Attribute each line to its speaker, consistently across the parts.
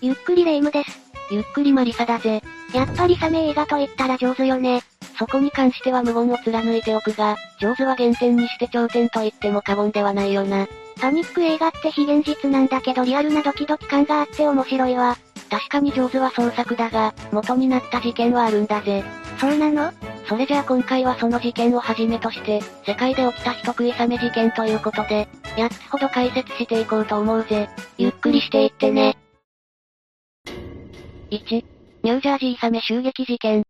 Speaker 1: ゆっくりレ夢ムです。
Speaker 2: ゆっくりマリサだぜ。
Speaker 1: やっぱりサメ映画と言ったら上手よね。
Speaker 2: そこに関しては無言を貫いておくが、上手は原点にして頂点と言っても過言ではないよな。
Speaker 1: パニック映画って非現実なんだけどリアルなドキドキ感があって面白いわ。
Speaker 2: 確かに上手は創作だが、元になった事件はあるんだぜ。
Speaker 1: そうなの
Speaker 2: それじゃあ今回はその事件をはじめとして、世界で起きた人食いサメ事件ということで、8つほど解説していこうと思うぜ。ゆっくりしていってね。1、ニュージャージーサメ襲撃事件。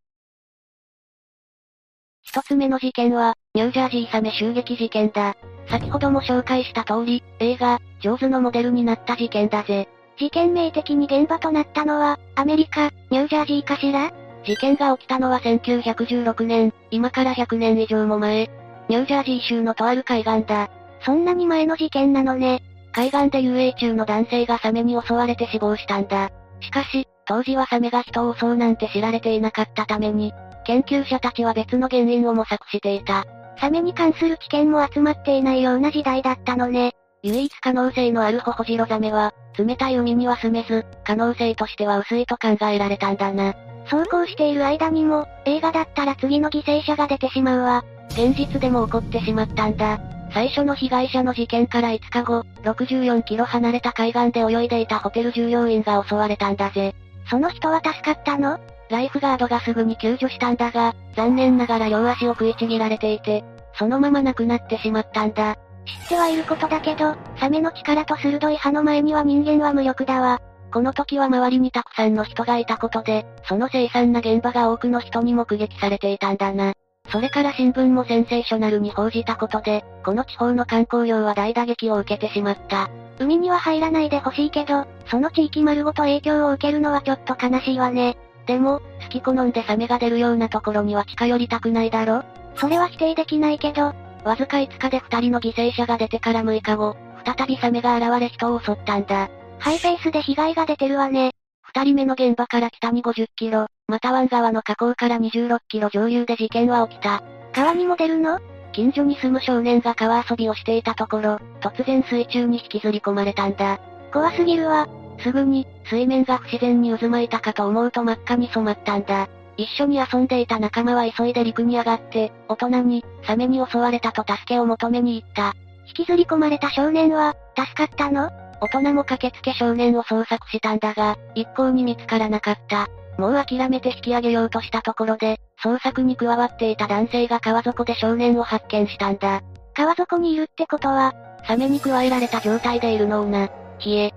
Speaker 2: 一つ目の事件は、ニュージャージーサメ襲撃事件だ。先ほども紹介した通り、映画、ジョーズのモデルになった事件だぜ。
Speaker 1: 事件名的に現場となったのは、アメリカ、ニュージャージーかしら
Speaker 2: 事件が起きたのは1916年、今から100年以上も前、ニュージャージー州のとある海岸だ。
Speaker 1: そんなに前の事件なのね。
Speaker 2: 海岸で遊泳中の男性がサメに襲われて死亡したんだ。しかし、当時はサメが人を襲うなんて知られていなかったために、研究者たちは別の原因を模索していた。
Speaker 1: サメに関する知見も集まっていないような時代だったのね。
Speaker 2: 唯一可能性のあるホホジロザメは、冷たい海には住めず、可能性としては薄いと考えられたんだな。
Speaker 1: そうこうしている間にも、映画だったら次の犠牲者が出てしまうわ。
Speaker 2: 現実でも起こってしまったんだ。最初の被害者の事件から5日後、64キロ離れた海岸で泳いでいたホテル従業員が襲われたんだぜ。
Speaker 1: その人は助かったの
Speaker 2: ライフガードがすぐに救助したんだが、残念ながら両足を食いちぎられていて、そのまま亡くなってしまったんだ。
Speaker 1: 知ってはいることだけど、サメの力と鋭い歯の前には人間は無力だわ。
Speaker 2: この時は周りにたくさんの人がいたことで、その凄惨な現場が多くの人に目撃されていたんだな。それから新聞もセンセーショナルに報じたことで、この地方の観光業は大打撃を受けてしまった。
Speaker 1: 海には入らないでほしいけど、その地域丸ごと影響を受けるのはちょっと悲しいわね。
Speaker 2: でも、好き好んでサメが出るようなところには近寄りたくないだろ
Speaker 1: それは否定できないけど、
Speaker 2: わずか5日で2人の犠牲者が出てから6日後、再びサメが現れ人を襲ったんだ。
Speaker 1: ハイフェイスで被害が出てるわね。
Speaker 2: 2人目の現場から北に50キロ、また湾側の河口から26キロ上流で事件は起きた。
Speaker 1: 川にも出るの
Speaker 2: 近所に住む少年が川遊びをしていたところ、突然水中に引きずり込まれたんだ。
Speaker 1: 怖すぎるわ。
Speaker 2: すぐに、水面が不自然に渦巻いたかと思うと真っ赤に染まったんだ。一緒に遊んでいた仲間は急いで陸に上がって、大人に、サメに襲われたと助けを求めに行った。
Speaker 1: 引きずり込まれた少年は、助かったの
Speaker 2: 大人も駆けつけ少年を捜索したんだが、一向に見つからなかった。もう諦めて引き上げようとしたところで、捜索に加わっていた男性が川底で少年を発見したんだ。
Speaker 1: 川底にいるってことは、
Speaker 2: サメに加えられた状態でいるのをな。冷え。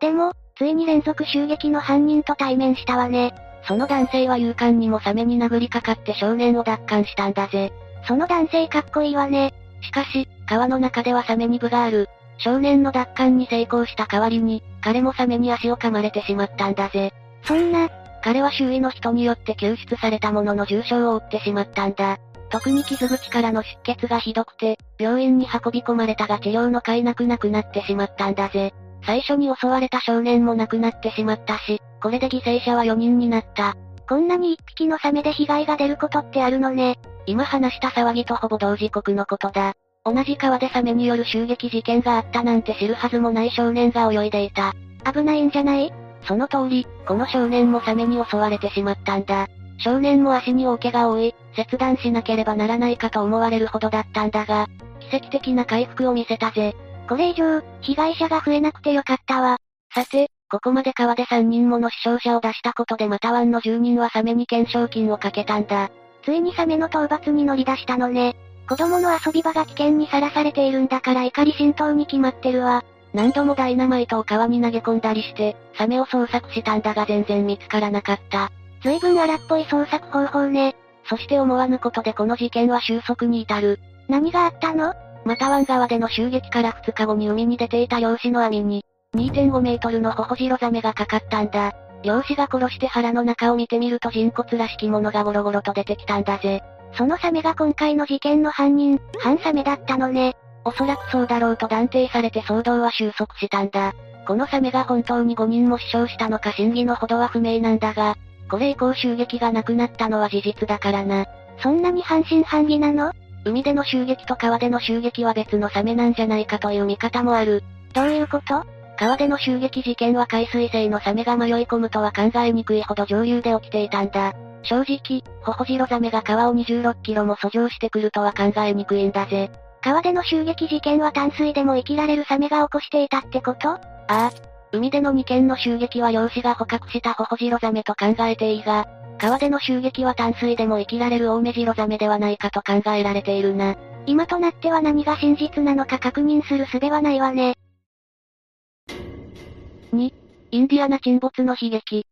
Speaker 1: でも、ついに連続襲撃の犯人と対面したわね。
Speaker 2: その男性は勇敢にもサメに殴りかかって少年を奪還したんだぜ。
Speaker 1: その男性かっこいいわね。
Speaker 2: しかし、川の中ではサメに部がある。少年の奪還に成功した代わりに、彼もサメに足を噛まれてしまったんだぜ。
Speaker 1: そんな、
Speaker 2: 彼は周囲の人によって救出されたものの重傷を負ってしまったんだ。特に傷口からの出血がひどくて、病院に運び込まれたが治療の甲斐なくなくなってしまったんだぜ。最初に襲われた少年も亡くなってしまったし、これで犠牲者は4人になった。
Speaker 1: こんなに一匹のサメで被害が出ることってあるのね。
Speaker 2: 今話した騒ぎとほぼ同時刻のことだ。同じ川でサメによる襲撃事件があったなんて知るはずもない少年が泳いでいた。
Speaker 1: 危ないんじゃない
Speaker 2: その通り、この少年もサメに襲われてしまったんだ。少年も足に大怪我を負い、切断しなければならないかと思われるほどだったんだが、奇跡的な回復を見せたぜ。
Speaker 1: これ以上、被害者が増えなくてよかったわ。
Speaker 2: さて、ここまで川で3人もの死傷者を出したことでまた湾の住人はサメに懸賞金をかけたんだ。
Speaker 1: ついにサメの討伐に乗り出したのね。子供の遊び場が危険にさらされているんだから怒り浸透に決まってるわ。
Speaker 2: 何度もダイナマイトを川に投げ込んだりして、サメを捜索したんだが全然見つからなかった。
Speaker 1: 随分荒っぽい捜索方法ね。
Speaker 2: そして思わぬことでこの事件は収束に至る。
Speaker 1: 何があったの
Speaker 2: また湾側での襲撃から2日後に海に出ていた漁師の網に、2.5メートルのホホジロザメがかかったんだ。漁師が殺して腹の中を見てみると人骨らしきものがゴロゴロと出てきたんだぜ。
Speaker 1: そのサメが今回の事件の犯人、半サメだったのね。
Speaker 2: おそらくそうだろうと断定されて騒動は収束したんだ。このサメが本当に5人も死傷したのか真偽のほどは不明なんだが、これ以降襲撃がなくなったのは事実だからな。
Speaker 1: そんなに半信半疑なの
Speaker 2: 海での襲撃と川での襲撃は別のサメなんじゃないかという見方もある。
Speaker 1: どういうこと
Speaker 2: 川での襲撃事件は海水性のサメが迷い込むとは考えにくいほど上流で起きていたんだ。正直、ホホジロザメが川を26キロも遡上してくるとは考えにくいんだぜ。
Speaker 1: 川での襲撃事件は淡水でも生きられるサメが起こしていたってこと
Speaker 2: ああ、海での2件の襲撃は漁師が捕獲したホホジロザメと考えていいが、川での襲撃は淡水でも生きられるオオメジロザメではないかと考えられているな。
Speaker 1: 今となっては何が真実なのか確認する術はないわね。
Speaker 2: 2、インディアナ沈没の悲劇。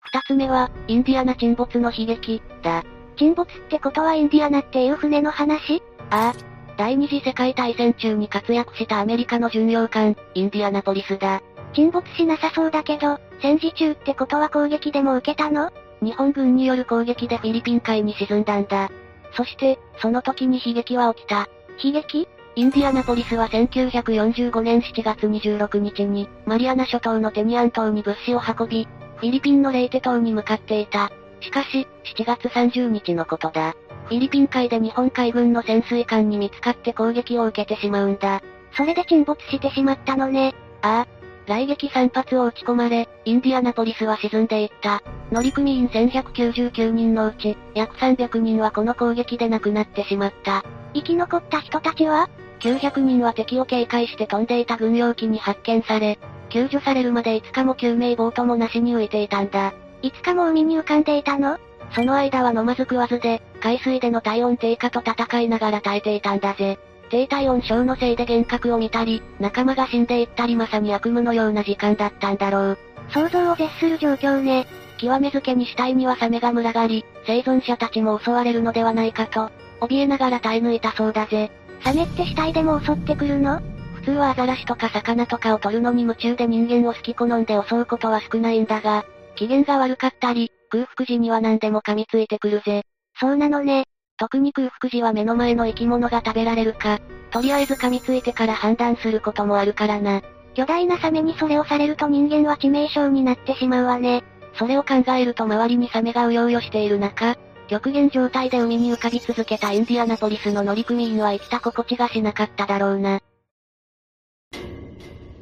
Speaker 2: 二つ目は、インディアナ沈没の悲劇、だ。
Speaker 1: 沈没ってことはインディアナっていう船の話
Speaker 2: ああ。第二次世界大戦中に活躍したアメリカの巡洋艦、インディアナポリスだ。
Speaker 1: 沈没しなさそうだけど、戦時中ってことは攻撃でも受けたの
Speaker 2: 日本軍による攻撃でフィリピン海に沈んだんだ。そして、その時に悲劇は起きた。
Speaker 1: 悲劇
Speaker 2: インディアナポリスは1945年7月26日に、マリアナ諸島のテニアン島に物資を運び、フィリピンのレイテ島に向かっていた。しかし、7月30日のことだ。フィリピン海で日本海軍の潜水艦に見つかって攻撃を受けてしまうんだ。
Speaker 1: それで沈没してしまったのね。
Speaker 2: ああ。来撃3発を撃ち込まれ、インディアナポリスは沈んでいった。乗組員1199人のうち、約300人はこの攻撃で亡くなってしまった。
Speaker 1: 生き残った人たちは
Speaker 2: ?900 人は敵を警戒して飛んでいた軍用機に発見され、救助されるまで5日も救命ボートもなしに浮いていたんだ。
Speaker 1: 5日も海に浮かんでいたの
Speaker 2: その間は飲まず食わずで、海水での体温低下と戦いながら耐えていたんだぜ。低体温症のせいで幻覚を見たり、仲間が死んでいったりまさに悪夢のような時間だったんだろう。
Speaker 1: 想像を絶する状況ね。
Speaker 2: 極めづけに死体にはサメが群がり、生存者たちも襲われるのではないかと、怯えながら耐え抜いたそうだぜ。
Speaker 1: サメって死体でも襲ってくるの
Speaker 2: 普通はアザラシとか魚とかを取るのに夢中で人間を好き好んで襲うことは少ないんだが、機嫌が悪かったり、空腹時には何でも噛みついてくるぜ。
Speaker 1: そうなのね。
Speaker 2: 特に空腹時は目の前の生き物が食べられるか、とりあえず噛みついてから判断することもあるからな。
Speaker 1: 巨大なサメにそれをされると人間は致命傷になってしまうわね。
Speaker 2: それを考えると周りにサメがうようよしている中、極限状態で海に浮かび続けたインディアナポリスの乗組員は生きた心地がしなかっただろうな。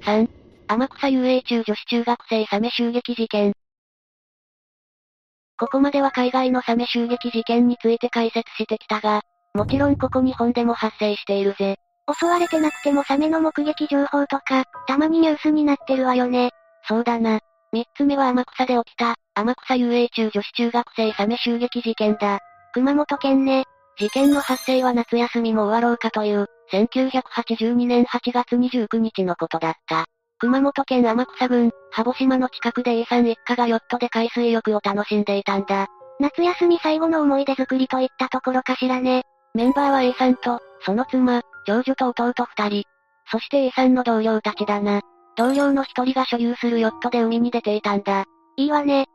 Speaker 2: 3. 天草遊泳中女子中学生サメ襲撃事件。ここまでは海外のサメ襲撃事件について解説してきたが、もちろんここ日本でも発生しているぜ。
Speaker 1: 襲われてなくてもサメの目撃情報とか、たまにニュースになってるわよね。
Speaker 2: そうだな。三つ目は天草で起きた、天草遊泳中女子中学生サメ襲撃事件だ。
Speaker 1: 熊本県ね。
Speaker 2: 事件の発生は夏休みも終わろうかという、1982年8月29日のことだった。熊本県天草郡、羽保島の近くで A さん一家がヨットで海水浴を楽しんでいたんだ。
Speaker 1: 夏休み最後の思い出作りといったところかしらね。
Speaker 2: メンバーは A さんと、その妻、長女と弟二人。そして A さんの同僚たちだな。同僚の一人が所有するヨットで海に出ていたんだ。
Speaker 1: いいわね。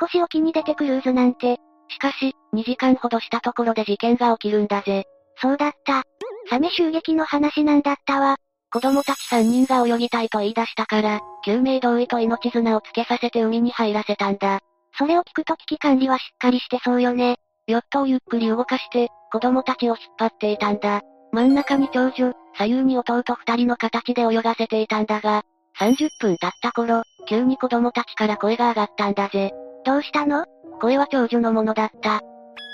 Speaker 1: 少し沖に出てクルーズなんて。
Speaker 2: しかし、2時間ほどしたところで事件が起きるんだぜ。
Speaker 1: そうだった。サメ襲撃の話なんだったわ。
Speaker 2: 子供たち3人が泳ぎたいと言い出したから、救命胴衣と命綱をつけさせて海に入らせたんだ。
Speaker 1: それを聞くと危機管理はしっかりしてそうよね。
Speaker 2: ヨットをゆっくり動かして、子供たちを引っ張っていたんだ。真ん中に長女、左右に弟二人の形で泳がせていたんだが、30分経った頃、急に子供たちから声が上がったんだぜ。
Speaker 1: どうしたの
Speaker 2: 声は長女のものだった。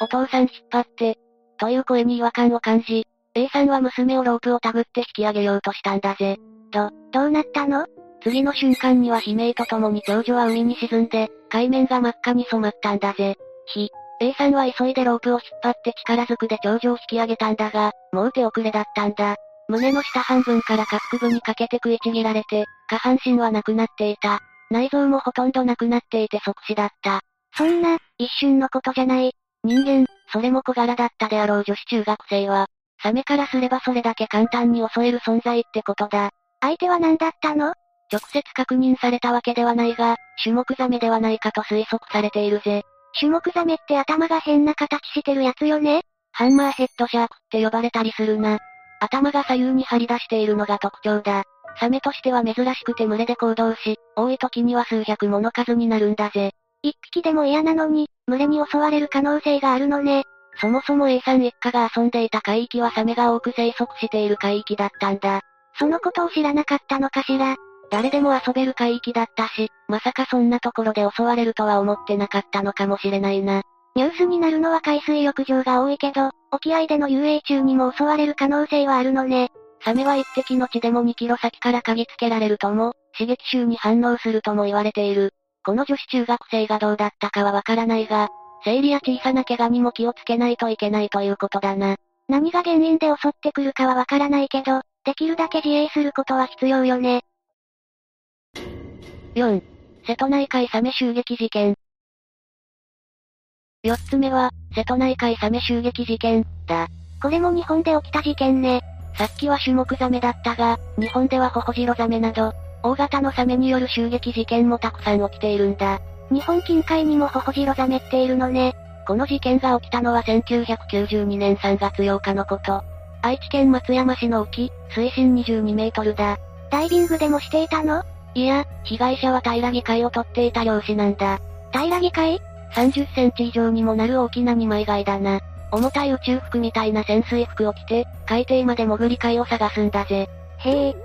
Speaker 2: お父さん引っ張って、という声に違和感を感じ、A さんは娘をロープをたぐって引き上げようとしたんだぜ。
Speaker 1: ど、どうなったの
Speaker 2: 次の瞬間には悲鳴とともに長女は海に沈んで、海面が真っ赤に染まったんだぜ。ひ、A さんは急いでロープを引っ張って力ずくで長女を引き上げたんだが、もう手遅れだったんだ。胸の下半分から下腹部にかけて食いちぎられて、下半身はなくなっていた。内臓もほとんどなくなっていて即死だった。
Speaker 1: そんな、一瞬のことじゃない。
Speaker 2: 人間、それも小柄だったであろう女子中学生は、サメからすればそれだけ簡単に襲える存在ってことだ。
Speaker 1: 相手は何だったの
Speaker 2: 直接確認されたわけではないが、種目ザメではないかと推測されているぜ。
Speaker 1: 種目ザメって頭が変な形してるやつよね
Speaker 2: ハンマーヘッドシャークって呼ばれたりするな。頭が左右に張り出しているのが特徴だ。サメとしては珍しくて群れで行動し、多い時には数百もの数になるんだぜ。
Speaker 1: 一匹でも嫌なのに、群れに襲われる可能性があるのね。
Speaker 2: そもそも A さん一家が遊んでいた海域はサメが多く生息している海域だったんだ。
Speaker 1: そのことを知らなかったのかしら。
Speaker 2: 誰でも遊べる海域だったし、まさかそんなところで襲われるとは思ってなかったのかもしれないな。
Speaker 1: ニュースになるのは海水浴場が多いけど、沖合での遊泳中にも襲われる可能性はあるのね。
Speaker 2: サメは一滴の血でも2キロ先から嗅ぎつけられるとも、刺激臭に反応するとも言われている。この女子中学生がどうだったかはわからないが、生理や小さな怪我にも気をつけないといけないということだな。
Speaker 1: 何が原因で襲ってくるかはわからないけど、できるだけ自衛することは必要よね。
Speaker 2: 4. 瀬戸内海サメ襲撃事件。4つ目は、瀬戸内海サメ襲撃事件、だ。
Speaker 1: これも日本で起きた事件ね。
Speaker 2: さっきは種目ザメだったが、日本ではホホジロザメなど、大型のサメによる襲撃事件もたくさん起きているんだ。
Speaker 1: 日本近海にもホホジロザメっているのね。
Speaker 2: この事件が起きたのは1992年3月8日のこと。愛知県松山市の沖、水深22メートルだ。
Speaker 1: ダイビングでもしていたの
Speaker 2: いや、被害者は平議会を取っていた漁師なんだ。
Speaker 1: 平議会
Speaker 2: ?30 センチ以上にもなる大きな二枚貝だな。重たい宇宙服みたいな潜水服を着て、海底まで潜り貝を探すんだぜ。
Speaker 1: へえ。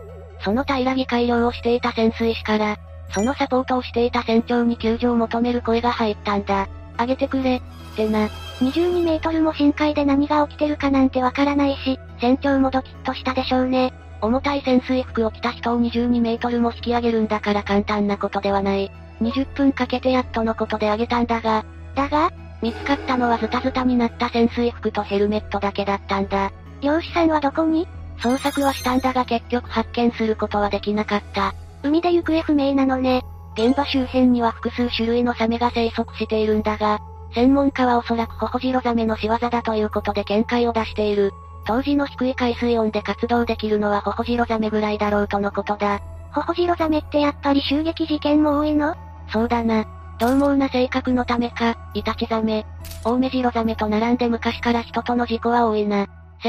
Speaker 2: その平議会漁をしていた潜水士から、そのサポートをしていた船長に救助を求める声が入ったんだ。あげてくれ、ってな。
Speaker 1: 22メートルも深海で何が起きてるかなんてわからないし、船長もドキッとしたでしょうね。
Speaker 2: 重たい潜水服を着た人を22メートルも引き上げるんだから簡単なことではない。20分かけてやっとのことであげたんだが、
Speaker 1: だが、
Speaker 2: 見つかったのはズタズタになった潜水服とヘルメットだけだったんだ。
Speaker 1: 漁師さんはどこに
Speaker 2: 捜索はしたんだが結局発見することはできなかった。
Speaker 1: 海で行方不明なのね。
Speaker 2: 現場周辺には複数種類のサメが生息しているんだが、専門家はおそらくホホジロザメの仕業だということで見解を出している。当時の低い海水温で活動できるのはホホジロザメぐらいだろうとのことだ。
Speaker 1: ホホジロザメってやっぱり襲撃事件も多いの
Speaker 2: そうだな。獰猛な性格のためか、イタチザメ、オオメジロザメと並んで昔から人との事故は多いな。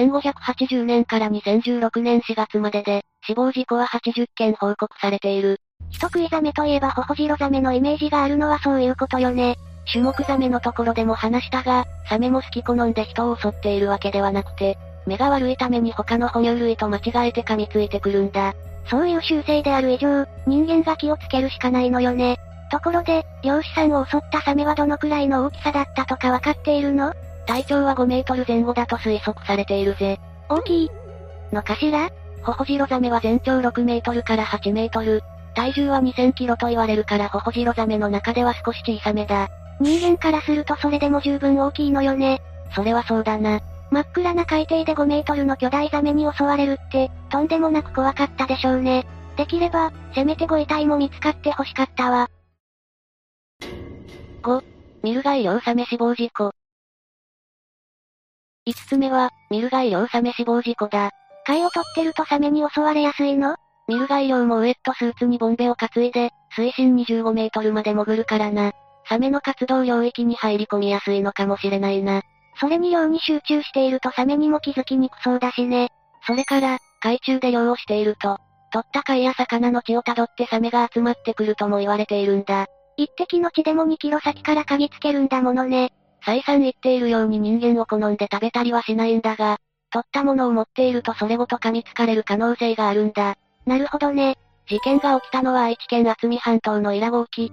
Speaker 2: 1580年から2016年4月までで、死亡事故は80件報告されている。
Speaker 1: 人食いザメといえばホホジロザメのイメージがあるのはそういうことよね。
Speaker 2: 種目ザメのところでも話したが、サメも好き好んで人を襲っているわけではなくて、目が悪いために他の哺乳類と間違えて噛みついてくるんだ。
Speaker 1: そういう習性である以上、人間が気をつけるしかないのよね。ところで、漁師さんを襲ったサメはどのくらいの大きさだったとかわかっているの
Speaker 2: 体長は5メートル前後だと推測されているぜ。
Speaker 1: 大きい
Speaker 2: のかしらホホジロザメは全長6メートルから8メートル。体重は2000キロと言われるからホホジロザメの中では少し小さめだ。
Speaker 1: 人間からするとそれでも十分大きいのよね。
Speaker 2: それはそうだな。
Speaker 1: 真っ暗な海底で5メートルの巨大ザメに襲われるって、とんでもなく怖かったでしょうね。できれば、せめてご遺体も見つかってほしかったわ。
Speaker 2: 5、ミルガイ漁サメ死亡事故。5つ目は、ミルガイ漁サメ死亡事故だ。
Speaker 1: 貝を取ってるとサメに襲われやすいの
Speaker 2: ミルガイ漁もウエットスーツにボンベを担いで、水深25メートルまで潜るからな。サメの活動領域に入り込みやすいのかもしれないな。
Speaker 1: それに漁に集中しているとサメにも気づきにくそうだしね。
Speaker 2: それから、海中で漁をしていると、取った貝や魚の血をたどってサメが集まってくるとも言われているんだ。
Speaker 1: 一滴の血でも2キロ先から嗅ぎつけるんだものね。
Speaker 2: 再三言っているように人間を好んで食べたりはしないんだが、取ったものを持っているとそれごと噛みつかれる可能性があるんだ。
Speaker 1: なるほどね。
Speaker 2: 事件が起きたのは愛知県渥美半島の伊良沖、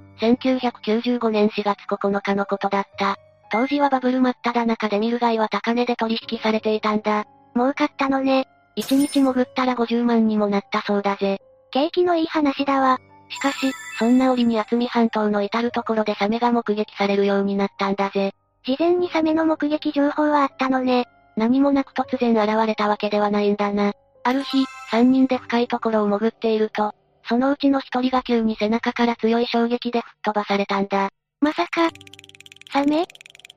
Speaker 2: 1995年4月9日のことだった。当時はバブル真っ只中でミル貝は高値で取引されていたんだ。
Speaker 1: 儲かったのね。
Speaker 2: 1日潜ったら50万にもなったそうだぜ。
Speaker 1: 景気のいい話だわ。
Speaker 2: しかし、そんな折に渥美半島の至るところでサメが目撃されるようになったんだぜ。
Speaker 1: 事前にサメの目撃情報はあったのね。
Speaker 2: 何もなく突然現れたわけではないんだな。ある日、3人で深いところを潜っていると、そのうちの1人が急に背中から強い衝撃で吹っ飛ばされたんだ。
Speaker 1: まさか、サメ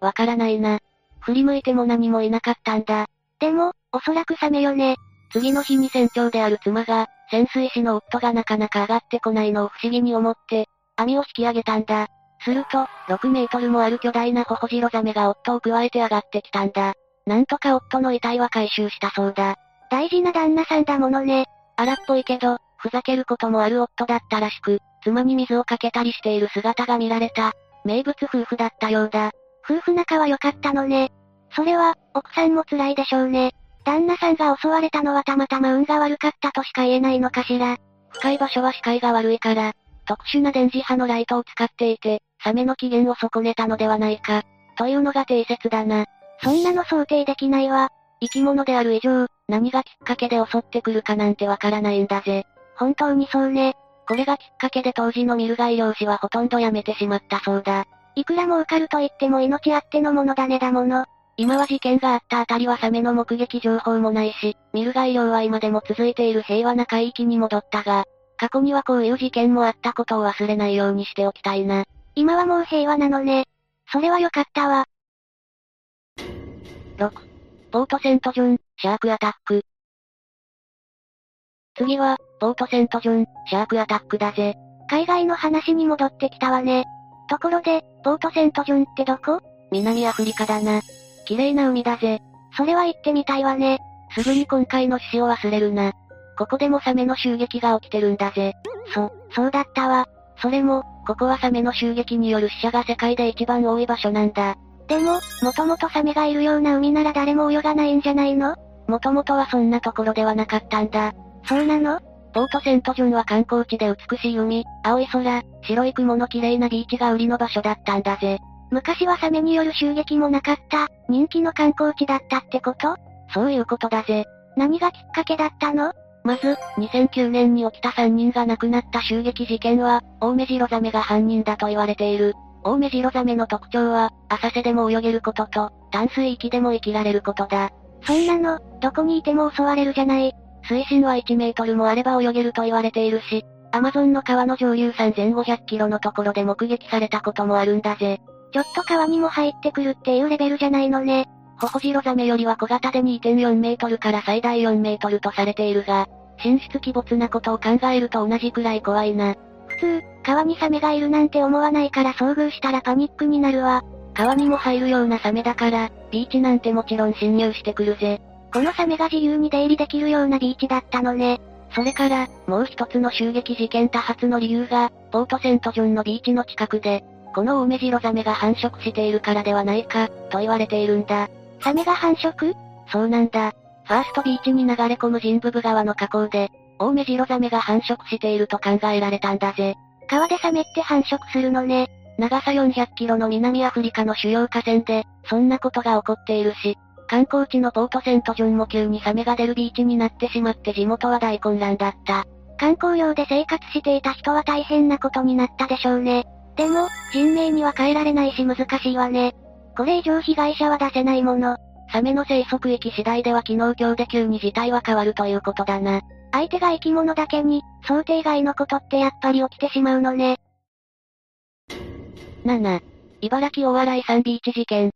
Speaker 2: わからないな。振り向いても何もいなかったんだ。
Speaker 1: でも、おそらくサメよね。
Speaker 2: 次の日に船長である妻が、潜水士の夫がなかなか上がってこないのを不思議に思って、網を引き上げたんだ。すると、6メートルもある巨大なホホジロザメが夫を加えて上がってきたんだ。なんとか夫の遺体は回収したそうだ。
Speaker 1: 大事な旦那さんだものね。
Speaker 2: 荒っぽいけど、ふざけることもある夫だったらしく、妻に水をかけたりしている姿が見られた。名物夫婦だったようだ。
Speaker 1: 夫婦仲は良かったのね。それは、奥さんも辛いでしょうね。旦那さんが襲われたのはたまたま運が悪かったとしか言えないのかしら。
Speaker 2: 深い場所は視界が悪いから、特殊な電磁波のライトを使っていて、サメの機嫌を損ねたのではないか、というのが定説だな。
Speaker 1: そんなの想定できないわ。
Speaker 2: 生き物である以上、何がきっかけで襲ってくるかなんてわからないんだぜ。
Speaker 1: 本当にそうね。
Speaker 2: これがきっかけで当時のミルガイ漁師はほとんどやめてしまったそうだ。
Speaker 1: いくら儲かると言っても命あってのもの種だもの。
Speaker 2: 今は事件があったあたりはサメの目撃情報もないし、ミルガイ漁は今でも続いている平和な海域に戻ったが、過去にはこういう事件もあったことを忘れないようにしておきたいな。
Speaker 1: 今はもう平和なのね。それは良かったわ。
Speaker 2: 6. ボートセントジョン、シャークアタック。次は、ボートセントジョン、シャークアタックだぜ。
Speaker 1: 海外の話に戻ってきたわね。ところで、ボートセントジョンってどこ
Speaker 2: 南アフリカだな。綺麗な海だぜ。
Speaker 1: それは行ってみたいわね。
Speaker 2: すぐに今回の趣旨を忘れるな。ここでもサメの襲撃が起きてるんだぜ。
Speaker 1: そ、そうだったわ。
Speaker 2: それも、ここはサメの襲撃による死者が世界で一番多い場所なんだ。
Speaker 1: でも、もともとサメがいるような海なら誰も泳がないんじゃないの
Speaker 2: もともとはそんなところではなかったんだ。
Speaker 1: そうなの
Speaker 2: ボートセントジョンは観光地で美しい海、青い空、白い雲の綺麗なビーチが売りの場所だったんだぜ。
Speaker 1: 昔はサメによる襲撃もなかった、人気の観光地だったってこと
Speaker 2: そういうことだぜ。
Speaker 1: 何がきっかけだったの
Speaker 2: まず、2009年に起きた3人が亡くなった襲撃事件は、オウメジロザメが犯人だと言われている。オウメジロザメの特徴は、浅瀬でも泳げることと、淡水域でも生きられることだ。
Speaker 1: そんなの、どこにいても襲われるじゃない。
Speaker 2: 水深は1メートルもあれば泳げると言われているし、アマゾンの川の上流3500キロのところで目撃されたこともあるんだぜ。
Speaker 1: ちょっと川にも入ってくるっていうレベルじゃないのね。
Speaker 2: ホホジロザメよりは小型で2.4メートルから最大4メートルとされているが、神出鬼没なことを考えると同じくらい怖いな。
Speaker 1: 普通、川にサメがいるなんて思わないから遭遇したらパニックになるわ。
Speaker 2: 川にも入るようなサメだから、ビーチなんてもちろん侵入してくるぜ。
Speaker 1: このサメが自由に出入りできるようなビーチだったのね。
Speaker 2: それから、もう一つの襲撃事件多発の理由が、ポートセントジョンのビーチの近くで、このオウメジロザメが繁殖しているからではないか、と言われているんだ。
Speaker 1: サメが繁殖
Speaker 2: そうなんだ。ファーストビーチに流れ込む人部川の河口で、オウメジロザメが繁殖していると考えられたんだぜ。
Speaker 1: 川でサメって繁殖するのね。
Speaker 2: 長さ400キロの南アフリカの主要河川で、そんなことが起こっているし、観光地のポートセントジョンも急にサメが出るビーチになってしまって地元は大混乱だった。
Speaker 1: 観光用で生活していた人は大変なことになったでしょうね。でも、人命には変えられないし難しいわね。これ以上被害者は出せないもの。
Speaker 2: サメの生息域次第では昨日今日で急に事態は変わるということだな。
Speaker 1: 相手が生き物だけに、想定外のことってやっぱり起きてしまうのね。
Speaker 2: 7. 茨城お笑いサンビーチ事件。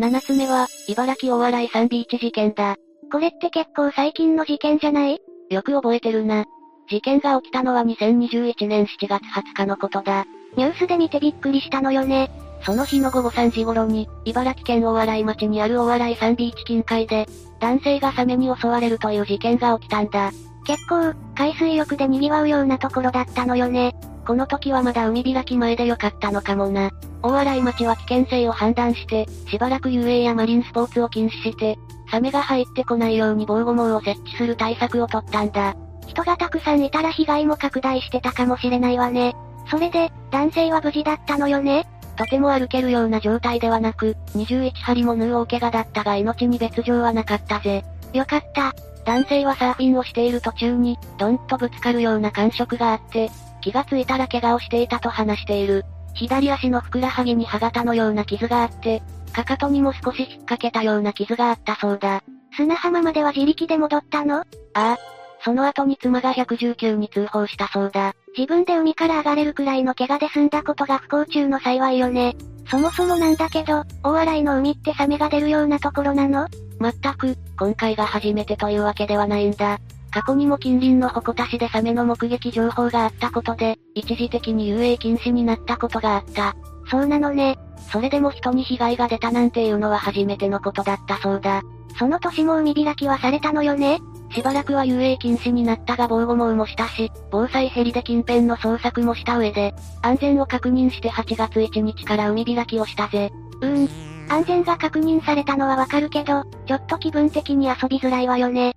Speaker 2: 7つ目は、茨城お笑いサンビーチ事件だ。
Speaker 1: これって結構最近の事件じゃない
Speaker 2: よく覚えてるな。事件が起きたのは2021年7月20日のことだ。
Speaker 1: ニュースで見てびっくりしたのよね。
Speaker 2: その日の午後3時頃に、茨城県お笑い町にあるお笑いサンビーチ近海で、男性がサメに襲われるという事件が起きたんだ。
Speaker 1: 結構、海水浴で賑わうようなところだったのよね。
Speaker 2: この時はまだ海開き前でよかったのかもな。大洗町は危険性を判断して、しばらく遊泳やマリンスポーツを禁止して、サメが入ってこないように防護網を設置する対策を取ったんだ。
Speaker 1: 人がたくさんいたら被害も拡大してたかもしれないわね。それで、男性は無事だったのよね。
Speaker 2: とても歩けるような状態ではなく、21針も縫う大怪我だったが命に別状はなかったぜ。
Speaker 1: よかった。
Speaker 2: 男性はサーフィンをしている途中に、ドンとぶつかるような感触があって、気がついたら怪我をしていたと話している。左足のふくらはぎに歯型のような傷があって、かかとにも少し引っ掛けたような傷があったそうだ。
Speaker 1: 砂浜までは自力で戻ったのあ
Speaker 2: あ。その後に妻が119に通報したそうだ。
Speaker 1: 自分で海から上がれるくらいの怪我で済んだことが不幸中の幸いよね。そもそもなんだけど、大洗の海ってサメが出るようなところなの
Speaker 2: まったく、今回が初めてというわけではないんだ。過去にも近隣の鉾田市でサメの目撃情報があったことで、一時的に遊泳禁止になったことがあった。
Speaker 1: そうなのね。
Speaker 2: それでも人に被害が出たなんていうのは初めてのことだったそうだ。
Speaker 1: その年も海開きはされたのよね
Speaker 2: しばらくは遊泳禁止になったが防護網もしたし、防災ヘリで近辺の捜索もした上で、安全を確認して8月1日から海開きをしたぜ。
Speaker 1: うーん。安全が確認されたのはわかるけど、ちょっと気分的に遊びづらいわよね。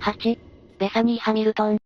Speaker 2: 8、ベサニー・ハミルトン。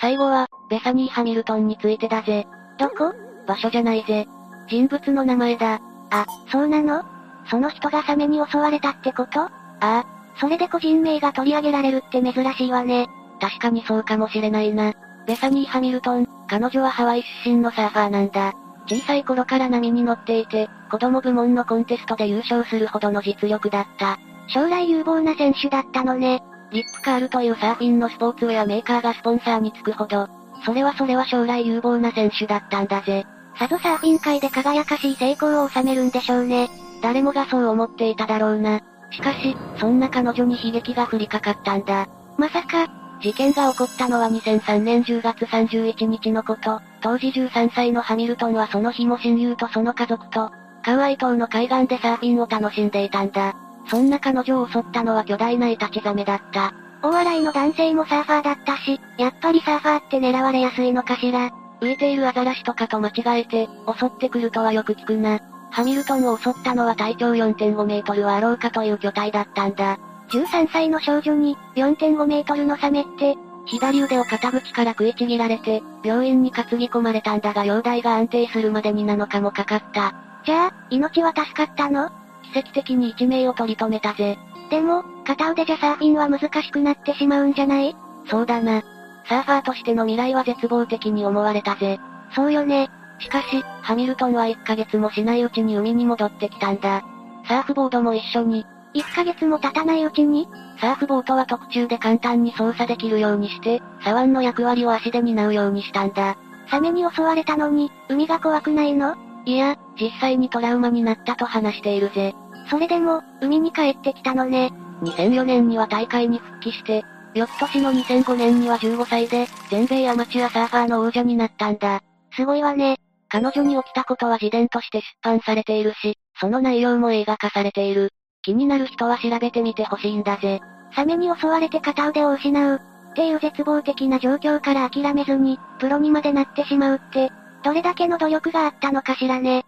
Speaker 2: 最後は、ベサニー・ハミルトンについてだぜ。
Speaker 1: どこ
Speaker 2: 場所じゃないぜ。人物の名前だ。
Speaker 1: あ、そうなのその人がサメに襲われたってことあ
Speaker 2: あ、
Speaker 1: それで個人名が取り上げられるって珍しいわね。
Speaker 2: 確かにそうかもしれないな。ベサニー・ハミルトン、彼女はハワイ出身のサーファーなんだ。小さい頃から波に乗っていて、子供部門のコンテストで優勝するほどの実力だった。
Speaker 1: 将来有望な選手だったのね。
Speaker 2: リップカールというサーフィンのスポーツウェアメーカーがスポンサーにつくほど、それはそれは将来有望な選手だったんだぜ。
Speaker 1: さぞサーフィン界で輝かしい成功を収めるんでしょうね。
Speaker 2: 誰もがそう思っていただろうな。しかし、そんな彼女に悲劇が降りかかったんだ。
Speaker 1: まさか、
Speaker 2: 事件が起こったのは2003年10月31日のこと、当時13歳のハミルトンはその日も親友とその家族と、カウアイ島の海岸でサーフィンを楽しんでいたんだ。そんな彼女を襲ったのは巨大なイタチザメだった。
Speaker 1: 大洗の男性もサーファーだったし、やっぱりサーファーって狙われやすいのかしら。
Speaker 2: 浮いているアザラシとかと間違えて、襲ってくるとはよく聞くな。ハミルトンを襲ったのは体長4.5メートルはあろうかという巨体だったんだ。
Speaker 1: 13歳の少女に、4.5メートルのサメって、
Speaker 2: 左腕を肩口から食いちぎられて、病院に担ぎ込まれたんだが容体が安定するまでに7日もかかった。
Speaker 1: じゃあ、命は助かったの
Speaker 2: 奇跡的に一命を取り留めたぜ。
Speaker 1: でも、片腕じゃサーフィンは難しくなってしまうんじゃない
Speaker 2: そうだな。サーファーとしての未来は絶望的に思われたぜ。
Speaker 1: そうよね。
Speaker 2: しかし、ハミルトンは1ヶ月もしないうちに海に戻ってきたんだ。サーフボードも一緒に、
Speaker 1: 1ヶ月も経たないうちに、
Speaker 2: サーフボートは特注で簡単に操作できるようにして、サワンの役割を足で担うようにしたんだ。
Speaker 1: サメに襲われたのに、海が怖くないの
Speaker 2: いや、実際にトラウマになったと話しているぜ。
Speaker 1: それでも、海に帰ってきたのね。
Speaker 2: 2004年には大会に復帰して、翌年の2005年には15歳で、全米アマチュアサーファーの王者になったんだ。
Speaker 1: すごいわね。
Speaker 2: 彼女に起きたことは自伝として出版されているし、その内容も映画化されている。気になる人は調べてみてほしいんだぜ。
Speaker 1: サメに襲われて片腕を失う。っていう絶望的な状況から諦めずに、プロにまでなってしまうって、どれだけの努力があったのかしらね。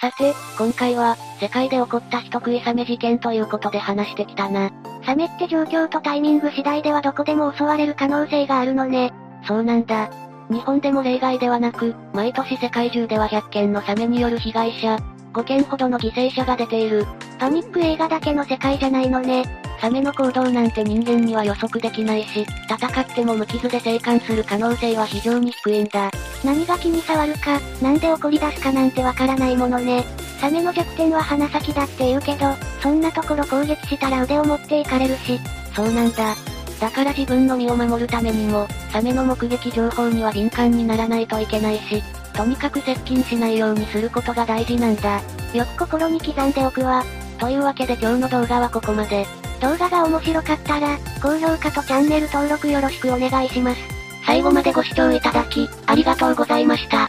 Speaker 2: さて、今回は、世界で起こった人食いサメ事件ということで話してきたな。
Speaker 1: サメって状況とタイミング次第ではどこでも襲われる可能性があるのね。
Speaker 2: そうなんだ。日本でも例外ではなく、毎年世界中では100件のサメによる被害者、5件ほどの犠牲者が出ている。
Speaker 1: パニック映画だけの世界じゃないのね。
Speaker 2: サメの行動なんて人間には予測できないし、戦っても無傷で生還する可能性は非常に低いんだ。
Speaker 1: 何が気に障るか、なんで怒り出すかなんてわからないものね。サメの弱点は鼻先だって言うけど、そんなところ攻撃したら腕を持っていかれるし、
Speaker 2: そうなんだ。だから自分の身を守るためにも、サメの目撃情報には敏感にならないといけないし、とにかく接近しないようにすることが大事なんだ。
Speaker 1: よく心に刻んでおくわ。
Speaker 2: というわけで今日の動画はここまで。
Speaker 1: 動画が面白かったら、高評価とチャンネル登録よろしくお願いします。
Speaker 2: 最後までご視聴いただき、ありがとうございました。